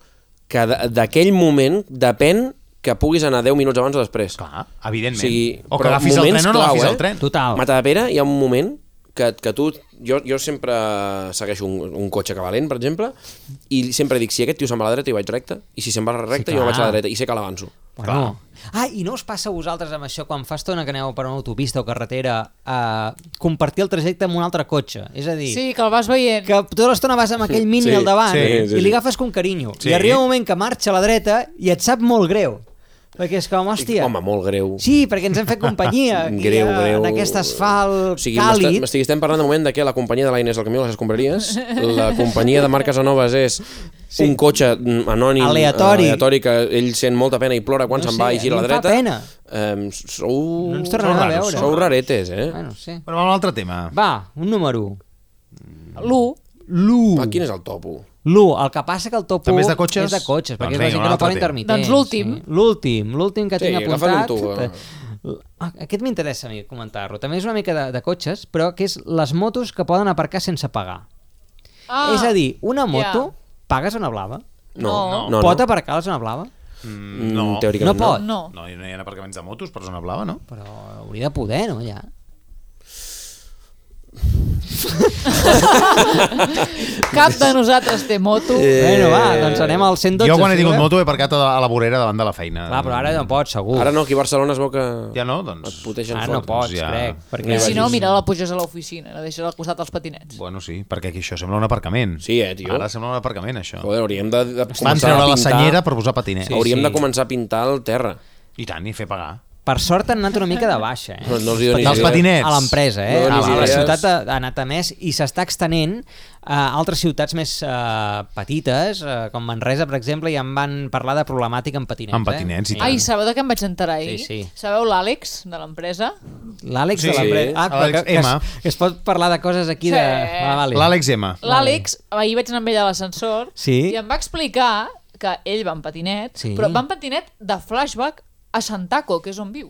[SPEAKER 3] que d- d'aquell moment depèn que puguis anar 10 minuts abans o després.
[SPEAKER 1] Clar, evidentment.
[SPEAKER 3] O sigui,
[SPEAKER 1] o que
[SPEAKER 3] però
[SPEAKER 1] agafis el
[SPEAKER 3] moments
[SPEAKER 1] tren o no
[SPEAKER 3] clau,
[SPEAKER 1] agafis
[SPEAKER 3] eh?
[SPEAKER 1] el tren.
[SPEAKER 2] total
[SPEAKER 3] Mata de Pere, hi ha un moment que, que tu... Jo, jo sempre segueixo un, un cotxe que va lent, per exemple, i sempre dic, si aquest tio se'n va a la dreta, jo vaig recte, i si se'n va a la
[SPEAKER 2] Sí,
[SPEAKER 3] recta, sí, jo vaig a la
[SPEAKER 2] clar.
[SPEAKER 3] dreta, i sé que l'avanço.
[SPEAKER 2] Bueno. Ah, i no us passa a vosaltres amb això quan fa estona que aneu per una autopista o carretera a compartir el trajecte amb un altre cotxe? És a dir,
[SPEAKER 4] Sí, que el vas veient.
[SPEAKER 2] que tota l'estona vas amb aquell mini
[SPEAKER 3] Sí,
[SPEAKER 2] sí, al davant
[SPEAKER 1] sí,
[SPEAKER 2] sí,
[SPEAKER 3] sí,
[SPEAKER 2] sí, i
[SPEAKER 3] sí.
[SPEAKER 2] li agafes com carinyo.
[SPEAKER 1] Sí.
[SPEAKER 2] Sí. I arriba un moment que marxa a la dreta i et sap molt greu. Perquè és com, hòstia...
[SPEAKER 3] Home, molt greu.
[SPEAKER 2] Sí, perquè ens hem fet companyia aquí,
[SPEAKER 3] greu,
[SPEAKER 2] eh,
[SPEAKER 3] greu.
[SPEAKER 2] en aquest asfalt
[SPEAKER 3] O sigui, m'està-
[SPEAKER 2] càlid.
[SPEAKER 3] m'estic- estem parlant de moment de que la companyia de l'Aina és el camió de les escombraries, la companyia de Marques Anoves és sí. un cotxe mm, anònim, eh,
[SPEAKER 2] Aleatori.
[SPEAKER 3] aleatori que ell sent molta pena i plora quan
[SPEAKER 2] No
[SPEAKER 3] no se'n
[SPEAKER 2] sé,
[SPEAKER 3] va i gira
[SPEAKER 2] a
[SPEAKER 3] a
[SPEAKER 2] mi
[SPEAKER 3] la
[SPEAKER 2] em fa
[SPEAKER 3] dreta.
[SPEAKER 2] pena.
[SPEAKER 3] Em, sou...
[SPEAKER 2] No ens tornarem
[SPEAKER 1] Sou
[SPEAKER 2] a
[SPEAKER 1] raros,
[SPEAKER 2] veure.
[SPEAKER 3] Sou raretes, eh?
[SPEAKER 2] Bueno, sí.
[SPEAKER 1] Però un altre tema.
[SPEAKER 2] Va, un número 1.
[SPEAKER 4] L'1,
[SPEAKER 2] L'1.
[SPEAKER 3] Ah, quin és el topo?
[SPEAKER 2] L'1, el que passa que el top 1
[SPEAKER 1] També és de cotxes?
[SPEAKER 2] és de cotxes, perquè
[SPEAKER 1] Doncs
[SPEAKER 2] és la
[SPEAKER 1] vinga,
[SPEAKER 2] gent
[SPEAKER 1] un
[SPEAKER 2] que no
[SPEAKER 1] altre
[SPEAKER 2] posa
[SPEAKER 1] tema.
[SPEAKER 2] intermitents.
[SPEAKER 4] Doncs l'últim.
[SPEAKER 2] Sí. L'últim, l'últim que
[SPEAKER 3] Sí,
[SPEAKER 2] tinc
[SPEAKER 3] agafa'n un
[SPEAKER 2] apuntat.
[SPEAKER 3] tu, va.
[SPEAKER 2] eh, Aquest m'interessa a mi comentar-lo. També és una mica de, de cotxes, però que és les motos que poden aparcar sense pagar.
[SPEAKER 4] Ah,
[SPEAKER 2] és a dir, una moto
[SPEAKER 4] ja.
[SPEAKER 2] pagues a una blava?
[SPEAKER 4] No.
[SPEAKER 3] no,
[SPEAKER 2] Pot
[SPEAKER 3] no.
[SPEAKER 2] aparcar a la zona blava?
[SPEAKER 1] Mm,
[SPEAKER 3] No.
[SPEAKER 1] no.
[SPEAKER 2] No
[SPEAKER 3] Teòricament
[SPEAKER 2] pot.
[SPEAKER 4] no.
[SPEAKER 1] No, no hi ha aparcaments de motos, per zona blava, no?
[SPEAKER 2] Però hauria de poder, no, ja?
[SPEAKER 4] Cap de nosaltres té moto.
[SPEAKER 2] Eh... Bueno, va, doncs anem al 112.
[SPEAKER 1] jo quan he tingut
[SPEAKER 2] sí, eh?
[SPEAKER 1] moto he aparcat a la, a la vorera davant de la feina.
[SPEAKER 2] Clar, però ara no pots, segur.
[SPEAKER 3] Ara no, aquí a Barcelona es veu que...
[SPEAKER 1] Ja no,
[SPEAKER 3] Et
[SPEAKER 1] doncs...
[SPEAKER 3] putegen
[SPEAKER 2] Ara no
[SPEAKER 3] fort.
[SPEAKER 2] pots,
[SPEAKER 1] ja.
[SPEAKER 2] crec. Perquè...
[SPEAKER 4] I si no, mira, la puges a l'oficina, la deixes al costat dels patinets.
[SPEAKER 1] Bueno, sí, perquè aquí això sembla un aparcament.
[SPEAKER 3] Sí, eh, tio.
[SPEAKER 1] Ara sembla un aparcament, això.
[SPEAKER 3] Joder, hauríem de, de
[SPEAKER 1] Van
[SPEAKER 3] començar a
[SPEAKER 1] treure la
[SPEAKER 3] pintar...
[SPEAKER 1] senyera per posar patinet.
[SPEAKER 2] Sí,
[SPEAKER 3] hauríem
[SPEAKER 2] sí.
[SPEAKER 3] de començar a pintar el terra.
[SPEAKER 1] I tant, i fer pagar.
[SPEAKER 2] Per sort han anat una mica de baixa, eh?
[SPEAKER 3] No, no els hi donis
[SPEAKER 1] Dels
[SPEAKER 3] idea.
[SPEAKER 1] patinets.
[SPEAKER 2] a l'empresa, eh?
[SPEAKER 3] No
[SPEAKER 2] No,
[SPEAKER 3] donis
[SPEAKER 2] a la
[SPEAKER 3] idees.
[SPEAKER 2] ciutat ha, ha anat a més i s'està extenent a altres ciutats més eh, petites, eh, com Manresa, per exemple, i em van parlar de problemàtica amb patinets.
[SPEAKER 1] Amb patinets, i
[SPEAKER 2] eh?
[SPEAKER 1] tant.
[SPEAKER 4] Ai, sabeu de què em vaig enterar ahir?
[SPEAKER 2] Sí, sí.
[SPEAKER 4] Sabeu l'Àlex, de l'empresa?
[SPEAKER 2] L'Àlex
[SPEAKER 1] Sí,
[SPEAKER 2] de
[SPEAKER 3] sí.
[SPEAKER 2] l'empresa. Ah, però
[SPEAKER 1] Àlex
[SPEAKER 2] que, que,
[SPEAKER 1] M.
[SPEAKER 2] es, que es pot parlar de coses aquí
[SPEAKER 4] Sí.
[SPEAKER 2] de... Ah, vale.
[SPEAKER 1] L'Àlex M.
[SPEAKER 4] L'Àlex, ahir vaig anar amb ell a l'ascensor
[SPEAKER 2] Sí.
[SPEAKER 4] i em va explicar que ell va en patinet,
[SPEAKER 2] Sí.
[SPEAKER 4] però va en patinet de flashback a Santaco, que és on viu.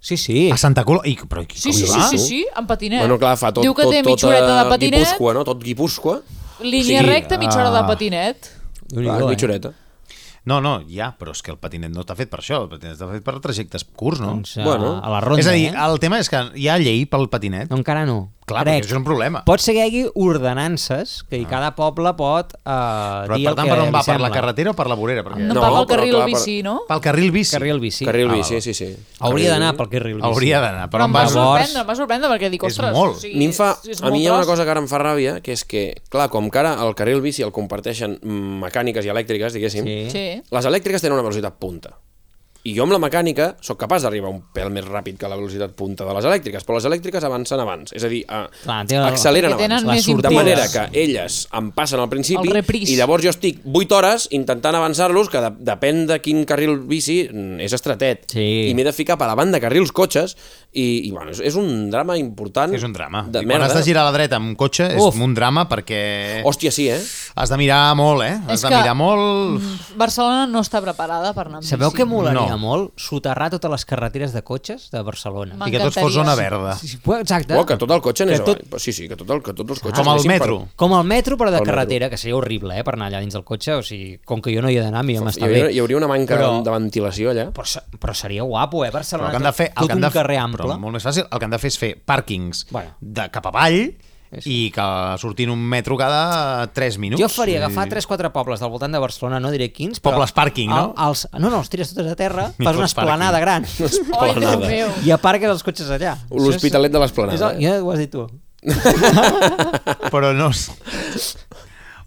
[SPEAKER 2] Sí, sí.
[SPEAKER 1] A Santa Coloma... I, però,
[SPEAKER 4] Sí,
[SPEAKER 1] com
[SPEAKER 4] sí,
[SPEAKER 1] hi
[SPEAKER 4] sí,
[SPEAKER 1] va?
[SPEAKER 4] sí, sí, en patinet.
[SPEAKER 3] Bueno, clar, fa tot,
[SPEAKER 4] Diu que
[SPEAKER 3] tot,
[SPEAKER 4] té
[SPEAKER 3] tot,
[SPEAKER 4] mitja horeta de
[SPEAKER 3] eh,
[SPEAKER 4] patinet,
[SPEAKER 3] Guipúscoa, no? Tot Guipúscoa.
[SPEAKER 4] línia
[SPEAKER 1] Sí,
[SPEAKER 4] recta, mitja hora de
[SPEAKER 1] ah.
[SPEAKER 4] patinet.
[SPEAKER 3] Clar,
[SPEAKER 2] Déu-n'hi-do, eh?
[SPEAKER 3] mitja horeta.
[SPEAKER 1] No, no, ja, però és que el patinet no està fet per això, el patinet està fet per trajectes curts, no?
[SPEAKER 2] Doncs, a,
[SPEAKER 3] Bueno.
[SPEAKER 2] bueno, a la ronda,
[SPEAKER 1] és a dir,
[SPEAKER 2] eh?
[SPEAKER 1] el tema és que hi ha llei pel patinet.
[SPEAKER 2] No, encara no.
[SPEAKER 1] Clar,
[SPEAKER 2] Crec.
[SPEAKER 1] perquè això és un problema.
[SPEAKER 2] Pot ser que hi hagi ordenances, que hi cada poble pot eh,
[SPEAKER 1] Ah. Però,
[SPEAKER 2] dir
[SPEAKER 1] per tant,
[SPEAKER 2] el que
[SPEAKER 1] per on
[SPEAKER 2] li
[SPEAKER 1] va? Per
[SPEAKER 2] sembla.
[SPEAKER 1] la carretera o per la vorera? Perquè...
[SPEAKER 3] No,
[SPEAKER 4] No, no va pel
[SPEAKER 3] però
[SPEAKER 4] carril
[SPEAKER 3] clar,
[SPEAKER 4] clar,
[SPEAKER 3] per-
[SPEAKER 4] bici, no?
[SPEAKER 1] Pel carril bici.
[SPEAKER 2] Carril bici.
[SPEAKER 3] Carril
[SPEAKER 1] Ah,
[SPEAKER 3] bici,
[SPEAKER 1] val.
[SPEAKER 3] sí, sí.
[SPEAKER 2] Hauria d'anar
[SPEAKER 3] bici.
[SPEAKER 2] pel carril bici.
[SPEAKER 1] Hauria d'anar, però
[SPEAKER 4] Però em
[SPEAKER 1] on
[SPEAKER 4] va
[SPEAKER 1] vas?
[SPEAKER 2] Llavors-
[SPEAKER 4] sorprendre, em va sorprendre perquè dic,
[SPEAKER 1] És
[SPEAKER 4] ostres...
[SPEAKER 1] molt.
[SPEAKER 4] Sí,
[SPEAKER 3] A mi, em fa,
[SPEAKER 4] és- és
[SPEAKER 3] a mi
[SPEAKER 4] molt
[SPEAKER 3] hi ha una
[SPEAKER 4] gros.
[SPEAKER 3] cosa que ara em fa ràbia, que és que, clar, com que ara el carril bici el comparteixen mecàniques i elèctriques, diguéssim,
[SPEAKER 2] Sí.
[SPEAKER 4] Sí.
[SPEAKER 3] les elèctriques tenen una velocitat punta. I jo amb la mecànica sóc capaç d'arribar un pèl més ràpid que la velocitat punta de les elèctriques, però les elèctriques avancen abans, és a dir, a,
[SPEAKER 2] Clar, tenen-
[SPEAKER 3] acceleren
[SPEAKER 4] Perquè tenen
[SPEAKER 3] abans.
[SPEAKER 4] més
[SPEAKER 3] de
[SPEAKER 4] impuls.
[SPEAKER 3] manera que elles em passen al principi
[SPEAKER 4] El repris.
[SPEAKER 3] i llavors jo estic 8 hores intentant avançar-los, que de, depèn de quin carril bici mm, és estretet.
[SPEAKER 2] Sí.
[SPEAKER 3] I m'he de ficar per davant de carrils cotxes i, i bueno, és, és un drama important.
[SPEAKER 1] És un drama.
[SPEAKER 3] De
[SPEAKER 1] I quan
[SPEAKER 3] merda.
[SPEAKER 1] has de girar a la dreta amb un cotxe
[SPEAKER 2] Uf.
[SPEAKER 1] és un drama perquè
[SPEAKER 3] Hòstia, sí, eh?
[SPEAKER 1] has de mirar molt, eh? Has
[SPEAKER 4] És
[SPEAKER 1] de
[SPEAKER 4] que-
[SPEAKER 1] mirar molt...
[SPEAKER 4] Mm, Barcelona no està preparada per anar amb
[SPEAKER 2] Sabeu
[SPEAKER 4] bici.
[SPEAKER 2] que molaria
[SPEAKER 1] No.
[SPEAKER 2] molt? Soterrar totes les carreteres de cotxes de Barcelona.
[SPEAKER 4] Ma-
[SPEAKER 1] I que tot fos
[SPEAKER 4] M'encantaria.
[SPEAKER 1] zona verda.
[SPEAKER 2] Sí, sí, pues, Exacte.
[SPEAKER 3] Oh, que tot el cotxe anés
[SPEAKER 2] Que tot-
[SPEAKER 3] avall. Sí, sí, que, tot el, que tots els cotxes
[SPEAKER 1] Com el
[SPEAKER 3] anessin per-
[SPEAKER 1] metro.
[SPEAKER 2] Com el metro, però de
[SPEAKER 3] El metro.
[SPEAKER 2] carretera, que seria horrible, eh, per anar allà dins del cotxe. O sigui, com que jo no hi he d'anar, a mi ja
[SPEAKER 3] Hi
[SPEAKER 2] m'està
[SPEAKER 3] hauria,
[SPEAKER 2] bé.
[SPEAKER 3] hi hauria una manca
[SPEAKER 2] Però-
[SPEAKER 3] de ventilació allà.
[SPEAKER 2] Però, se- però seria guapo, eh,
[SPEAKER 1] Però
[SPEAKER 2] Barcelona.
[SPEAKER 1] el que han de fer,
[SPEAKER 2] tot
[SPEAKER 1] el que han de,
[SPEAKER 2] un carrer ample.
[SPEAKER 1] Però molt més fàcil, el que han de fer és fer pàrquings
[SPEAKER 2] Bueno.
[SPEAKER 1] de cap avall i que sortin un metro cada 3 minuts.
[SPEAKER 2] Jo faria agafar 3-4 pobles del voltant de Barcelona, no diré quins, però...
[SPEAKER 1] Pobles pàrquing, no?
[SPEAKER 2] El- Els, no, no, els tires totes a terra,
[SPEAKER 1] I
[SPEAKER 2] fas una
[SPEAKER 1] tots
[SPEAKER 2] esplanada gran
[SPEAKER 4] Ai, Déu
[SPEAKER 3] Esplanada.
[SPEAKER 4] meu.
[SPEAKER 2] i aparques els cotxes allà.
[SPEAKER 3] L'Hospitalet de eh? l'Esplanada.
[SPEAKER 2] És el, ja ho has dit tu.
[SPEAKER 1] Oh. Però no... és-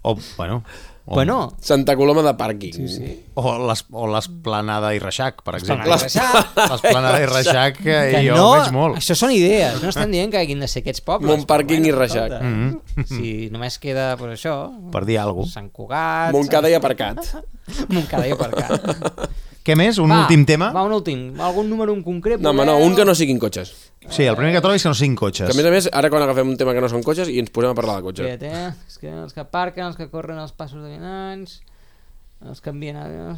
[SPEAKER 1] O, bueno... O,
[SPEAKER 2] Bueno,
[SPEAKER 3] Santa Coloma de pàrquing. Sí, sí.
[SPEAKER 1] O les- o l'esplanada i reixac, per exemple.
[SPEAKER 2] Esplanada i Reixac.
[SPEAKER 1] L'esplanada i reixac, que,
[SPEAKER 2] que
[SPEAKER 1] jo
[SPEAKER 2] no,
[SPEAKER 1] veig molt.
[SPEAKER 2] això són idees, no estem dient que hagin de ser aquests pobles.
[SPEAKER 3] Mon pàrquing i Reixac.
[SPEAKER 2] Mm
[SPEAKER 1] Mm-hmm.
[SPEAKER 2] -hmm. Si només queda, per això,
[SPEAKER 1] Per dir alguna cosa.
[SPEAKER 2] Sant Cugat...
[SPEAKER 3] Montcada i aparcat.
[SPEAKER 2] Sant- Montcada i aparcat.
[SPEAKER 1] Què més? Un últim tema?
[SPEAKER 2] Va, un últim. Algun número en concret?
[SPEAKER 3] No, home, no, un que no siguin cotxes.
[SPEAKER 1] Sí, el primer que trobo és que no siguin
[SPEAKER 3] Que a
[SPEAKER 1] cotxes.
[SPEAKER 3] més a més, ara quan agafem un tema que no són cotxes i ens posem a parlar de cotxes.
[SPEAKER 2] Espera't, eh? Els que, els que aparquen, els que corren els passos dominants, els que envien... A...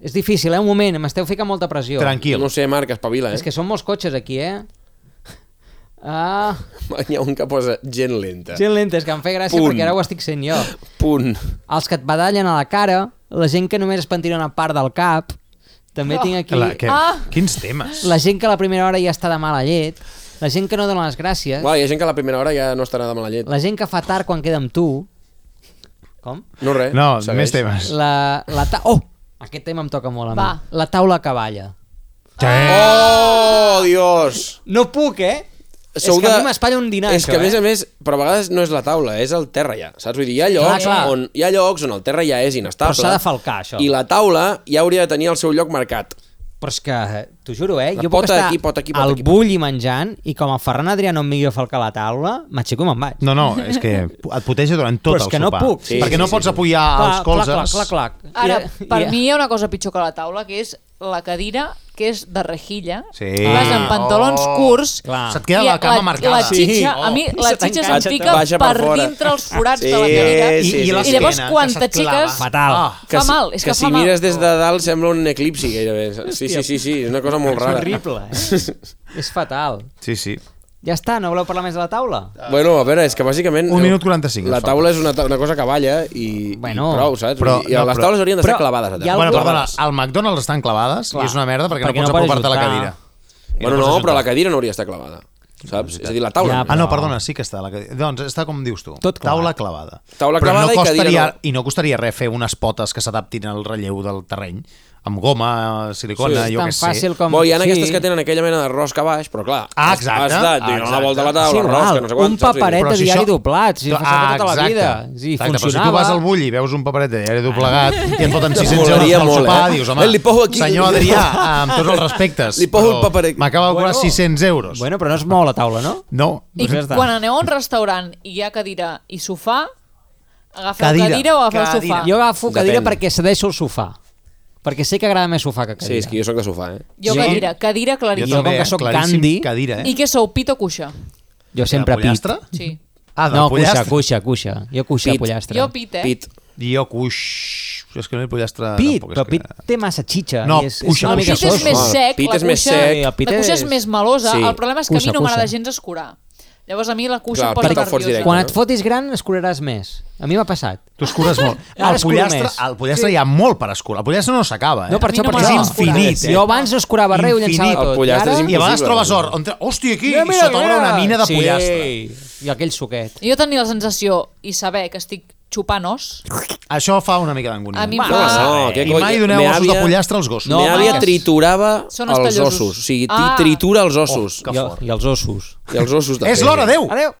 [SPEAKER 2] És difícil, eh? Un moment, m'esteu ficant molta pressió.
[SPEAKER 1] Tranquil.
[SPEAKER 3] No sé, Marc, espavila, eh?
[SPEAKER 2] És que són molts cotxes aquí, eh? Ah,
[SPEAKER 3] Hi ha un que posa gent lenta.
[SPEAKER 2] gent lenta, és que em fa gràcia
[SPEAKER 3] Punt.
[SPEAKER 2] perquè ara ho estic sent jo.
[SPEAKER 3] Punt.
[SPEAKER 2] Els que et badallen a la cara, la gent que només es pentina una part del cap, també tinc aquí...
[SPEAKER 1] La, que,
[SPEAKER 4] Ah!
[SPEAKER 1] Quins temes?
[SPEAKER 2] La gent que a la primera hora ja està de mala llet, la gent que no dona les gràcies,
[SPEAKER 3] Va, hi ha gent que a la primera hora ja no estarà de mala llet.
[SPEAKER 2] la gent que fa tard quan queda amb tu... Com?
[SPEAKER 3] No res,
[SPEAKER 1] No,
[SPEAKER 3] Eh, segueix.
[SPEAKER 1] més temes.
[SPEAKER 2] La, la ta... Oh! Aquest tema em toca molt a mi.
[SPEAKER 4] Va.
[SPEAKER 2] La taula que balla.
[SPEAKER 1] Sí.
[SPEAKER 3] Oh, Dios!
[SPEAKER 2] No puc, eh? és que a mi m'espatlla un dinar,
[SPEAKER 3] És
[SPEAKER 2] això,
[SPEAKER 3] que a més
[SPEAKER 2] eh? Ah,
[SPEAKER 3] a més, però a vegades no és la taula, és el terra ja. Saps? Vull dir, hi ha llocs,
[SPEAKER 2] clar.
[SPEAKER 3] on, hi ha llocs on el terra ja és inestable.
[SPEAKER 2] Però s'ha de falcar, això.
[SPEAKER 3] I la taula ja hauria de tenir el seu lloc marcat.
[SPEAKER 2] Però és que, eh, t'ho juro, eh?
[SPEAKER 3] La
[SPEAKER 2] Jo puc
[SPEAKER 3] pota
[SPEAKER 2] estar
[SPEAKER 3] aquí, pota aquí, pota
[SPEAKER 2] al
[SPEAKER 3] aquí, pota
[SPEAKER 2] bull i menjant i com el Ferran Adrià no em migui a falcar la taula, m'aixeco i me'n vaig.
[SPEAKER 1] No, no, és que et puteja durant tot
[SPEAKER 2] Però és
[SPEAKER 1] el
[SPEAKER 2] que no
[SPEAKER 1] sopar.
[SPEAKER 2] puc.
[SPEAKER 1] Sí,
[SPEAKER 2] Sí,
[SPEAKER 1] perquè
[SPEAKER 3] sí,
[SPEAKER 1] no
[SPEAKER 3] sí,
[SPEAKER 1] pots
[SPEAKER 3] sí.
[SPEAKER 1] apujar Ah, els colzes.
[SPEAKER 2] Clar, clar, clar, clar.
[SPEAKER 4] Ara, per mi hi ha una cosa pitjor que la taula, que és la cadira, que és de rejilla.
[SPEAKER 1] Sí.
[SPEAKER 4] Vas amb pantalons
[SPEAKER 1] Oh.
[SPEAKER 4] curts.
[SPEAKER 2] Clar.
[SPEAKER 1] Se't queda la
[SPEAKER 4] i
[SPEAKER 1] cama marcada.
[SPEAKER 4] La xitxa,
[SPEAKER 2] Sí.
[SPEAKER 4] a mi
[SPEAKER 2] Oh.
[SPEAKER 4] la
[SPEAKER 2] Se
[SPEAKER 4] xitxa
[SPEAKER 2] t'enganxa
[SPEAKER 4] se'm
[SPEAKER 2] tot.
[SPEAKER 4] fica
[SPEAKER 3] Baixa
[SPEAKER 4] per,
[SPEAKER 3] per fora.
[SPEAKER 4] dintre els forats
[SPEAKER 3] Sí.
[SPEAKER 4] de la cadira.
[SPEAKER 3] Sí, sí,
[SPEAKER 1] l'esquena,
[SPEAKER 4] I llavors,
[SPEAKER 1] que
[SPEAKER 4] quan
[SPEAKER 1] se't
[SPEAKER 4] t'aixeques,
[SPEAKER 1] clava.
[SPEAKER 2] Fatal.
[SPEAKER 1] Ah.
[SPEAKER 4] Fa
[SPEAKER 3] si-
[SPEAKER 4] mal, és que
[SPEAKER 3] que si
[SPEAKER 4] fa mal.
[SPEAKER 3] mires des de dalt sembla un eclipsi gairebé. Sí, sí, sí, sí, és una cosa molt
[SPEAKER 2] És
[SPEAKER 3] rara.
[SPEAKER 2] horrible, eh? és fatal.
[SPEAKER 1] Sí, sí.
[SPEAKER 2] Ja està, no voleu parlar més de la taula?
[SPEAKER 3] Bueno, a veure, és que bàsicament...
[SPEAKER 1] Un minut 45
[SPEAKER 3] La
[SPEAKER 1] ens
[SPEAKER 3] taula és una, ta- una cosa que balla i,
[SPEAKER 2] Bueno.
[SPEAKER 3] i prou, saps?
[SPEAKER 1] Però-
[SPEAKER 3] Però, I
[SPEAKER 1] no,
[SPEAKER 3] les
[SPEAKER 1] però-
[SPEAKER 3] taules haurien d'estar
[SPEAKER 2] però
[SPEAKER 3] clavades.
[SPEAKER 2] hi
[SPEAKER 3] a
[SPEAKER 2] ha
[SPEAKER 3] terra.
[SPEAKER 1] Bueno,
[SPEAKER 2] algú-
[SPEAKER 1] perdona, al McDonald's estan clavades
[SPEAKER 2] Clar.
[SPEAKER 1] i és una merda perquè,
[SPEAKER 2] Perquè
[SPEAKER 1] no pots
[SPEAKER 2] no pots
[SPEAKER 1] apropar-te a la
[SPEAKER 2] ajustar.
[SPEAKER 1] cadira. I pots
[SPEAKER 3] Bueno, no, però
[SPEAKER 1] ajustar.
[SPEAKER 3] la cadira no hauria d'estar clavada. Saps? És a dir, la taula.
[SPEAKER 2] Ja,
[SPEAKER 3] no.
[SPEAKER 1] Ah,
[SPEAKER 2] però-
[SPEAKER 1] no, perdona, sí que està. La... cadira. Doncs està com dius tu.
[SPEAKER 2] Tot clavat.
[SPEAKER 1] Taula clavada.
[SPEAKER 3] Taula
[SPEAKER 1] Però
[SPEAKER 3] clavada i
[SPEAKER 1] no
[SPEAKER 3] cadira
[SPEAKER 1] costaria,
[SPEAKER 3] no.
[SPEAKER 1] I no costaria res fer unes potes que s'adaptin al relleu del terreny amb goma, silicona,
[SPEAKER 3] Sí,
[SPEAKER 1] jo
[SPEAKER 2] tan
[SPEAKER 1] què sé.
[SPEAKER 2] fàcil com...
[SPEAKER 3] Bo, hi ha sí. aquestes que tenen aquella mena de rosca a baix, però clar,
[SPEAKER 1] Ah,
[SPEAKER 3] has-
[SPEAKER 1] exacte,
[SPEAKER 3] has de donar la
[SPEAKER 1] exacte.
[SPEAKER 3] volta a la
[SPEAKER 2] Sí,
[SPEAKER 3] taula, rosca,
[SPEAKER 2] igual,
[SPEAKER 3] no sé quant,
[SPEAKER 2] un
[SPEAKER 3] saps? I-
[SPEAKER 2] paperet
[SPEAKER 1] Però
[SPEAKER 2] de
[SPEAKER 1] si
[SPEAKER 2] diari
[SPEAKER 1] això-
[SPEAKER 2] doblat, si ho
[SPEAKER 1] Ah,
[SPEAKER 2] fa tota la
[SPEAKER 1] exacte.
[SPEAKER 2] vida. Sí,
[SPEAKER 1] Exacte, però si tu
[SPEAKER 2] funcionava.
[SPEAKER 1] vas al bulli i veus un paperet de diari doblegat i et foten 600 euros
[SPEAKER 3] Molaria
[SPEAKER 1] pel
[SPEAKER 3] molt,
[SPEAKER 1] sopar,
[SPEAKER 3] eh?
[SPEAKER 1] dius, home,
[SPEAKER 3] Eh, li poso aquí-
[SPEAKER 1] senyor Adrià, amb tots els respectes,
[SPEAKER 3] Li poso el
[SPEAKER 1] però
[SPEAKER 3] paperet.
[SPEAKER 1] m'acaba de cobrar
[SPEAKER 2] Bueno.
[SPEAKER 1] 600 euros.
[SPEAKER 2] Bueno, però no es mou la taula, no?
[SPEAKER 1] No,
[SPEAKER 4] I
[SPEAKER 2] Doncs ja està.
[SPEAKER 4] quan aneu a un restaurant i hi ha cadira i sofà, agafeu
[SPEAKER 1] Cadira.
[SPEAKER 4] cadira, o agafeu
[SPEAKER 1] Cadira.
[SPEAKER 4] sofà?
[SPEAKER 2] Jo agafo cadira
[SPEAKER 3] Ah, Depèn.
[SPEAKER 2] perquè cedeixo el sofà. Perquè sé que agrada més sofà que cadira.
[SPEAKER 3] Sí, és que jo sóc de sofà, eh?
[SPEAKER 4] Jo
[SPEAKER 2] Sí.
[SPEAKER 4] cadira, cadira
[SPEAKER 1] jo
[SPEAKER 4] claríssim.
[SPEAKER 1] també, eh,
[SPEAKER 2] com que eh, sóc
[SPEAKER 1] claríssim,
[SPEAKER 2] candi-
[SPEAKER 1] cadira, eh?
[SPEAKER 4] I què sou, pit o cuixa?
[SPEAKER 2] Jo sempre
[SPEAKER 1] De
[SPEAKER 2] pit.
[SPEAKER 1] pollastre?
[SPEAKER 4] Sí.
[SPEAKER 1] Ah, del
[SPEAKER 2] No, cuixa,
[SPEAKER 1] pollastre.
[SPEAKER 2] cuixa, cuixa. Jo cuixa
[SPEAKER 3] Pit.
[SPEAKER 2] pollastre.
[SPEAKER 4] Jo pit, eh?
[SPEAKER 3] Pit.
[SPEAKER 1] Jo cuix... És que no he pollastre...
[SPEAKER 2] Pit,
[SPEAKER 1] tampoc, és
[SPEAKER 2] però
[SPEAKER 1] que-
[SPEAKER 2] pit té massa xitxa.
[SPEAKER 1] No,
[SPEAKER 2] i és, és
[SPEAKER 1] cuixa,
[SPEAKER 2] una
[SPEAKER 4] El
[SPEAKER 2] mica
[SPEAKER 4] pit és
[SPEAKER 2] soso.
[SPEAKER 4] més
[SPEAKER 3] Home,
[SPEAKER 4] sec,
[SPEAKER 3] pit
[SPEAKER 4] la
[SPEAKER 3] és més
[SPEAKER 4] cuixa,
[SPEAKER 3] sec.
[SPEAKER 2] El pit
[SPEAKER 4] la cuixa és...
[SPEAKER 2] és-
[SPEAKER 4] més melosa,
[SPEAKER 3] Sí.
[SPEAKER 4] el problema és que
[SPEAKER 2] Cuixa,
[SPEAKER 4] a mi no m'agrada
[SPEAKER 2] cuixa.
[SPEAKER 4] gens escurar. Llavors a mi la cuixa
[SPEAKER 3] Clar,
[SPEAKER 4] em posa
[SPEAKER 3] el pit el fots
[SPEAKER 4] nerviosa.
[SPEAKER 3] directe,
[SPEAKER 2] Quan
[SPEAKER 3] no?
[SPEAKER 2] et fotis gran, escuraràs més. A mi m'ha passat.
[SPEAKER 1] Tu escures molt.
[SPEAKER 2] Ara
[SPEAKER 1] El
[SPEAKER 2] escuro
[SPEAKER 1] pollastre,
[SPEAKER 2] més.
[SPEAKER 1] el pollastre sí. hi ha molt per escurar. El pollastre no s'acaba, eh?
[SPEAKER 2] No, per
[SPEAKER 4] A mi
[SPEAKER 2] això,
[SPEAKER 4] no
[SPEAKER 2] per
[SPEAKER 1] és
[SPEAKER 2] això.
[SPEAKER 4] m'agrada escurar.
[SPEAKER 1] infinit, eh?
[SPEAKER 2] Jo abans no escurava res, ho llançava
[SPEAKER 1] Infinit.
[SPEAKER 2] tot.
[SPEAKER 3] El
[SPEAKER 2] I
[SPEAKER 3] pollastre
[SPEAKER 2] ara-
[SPEAKER 3] és
[SPEAKER 1] I a vegades
[SPEAKER 3] Impossible,
[SPEAKER 1] trobes
[SPEAKER 3] no?
[SPEAKER 1] or. On... tra- Hòstia, aquí, mira, mira, sota mira. una mina de
[SPEAKER 2] sí.
[SPEAKER 1] pollastre.
[SPEAKER 2] I aquell suquet.
[SPEAKER 4] Jo tenia la sensació i saber que estic xupant os,
[SPEAKER 1] Això fa una mica d'angúnia.
[SPEAKER 4] A mi em
[SPEAKER 1] Va,
[SPEAKER 4] fa-
[SPEAKER 1] no,
[SPEAKER 3] no,
[SPEAKER 1] què
[SPEAKER 3] què
[SPEAKER 1] I
[SPEAKER 3] coi-
[SPEAKER 1] mai doneu
[SPEAKER 3] Oh, me
[SPEAKER 1] ossos
[SPEAKER 3] havia-
[SPEAKER 1] de pollastre als gossos.
[SPEAKER 3] No, Meva àvia
[SPEAKER 4] home.
[SPEAKER 3] triturava
[SPEAKER 4] Són
[SPEAKER 3] els
[SPEAKER 4] estallosos.
[SPEAKER 3] ossos. O sigui, ti-
[SPEAKER 4] Ah.
[SPEAKER 3] tritura els ossos.
[SPEAKER 1] Que
[SPEAKER 2] I, el-
[SPEAKER 1] fort.
[SPEAKER 2] I els ossos.
[SPEAKER 3] I els ossos de
[SPEAKER 1] Oh, És
[SPEAKER 3] pell.
[SPEAKER 1] l'hora 10.
[SPEAKER 2] Adéu.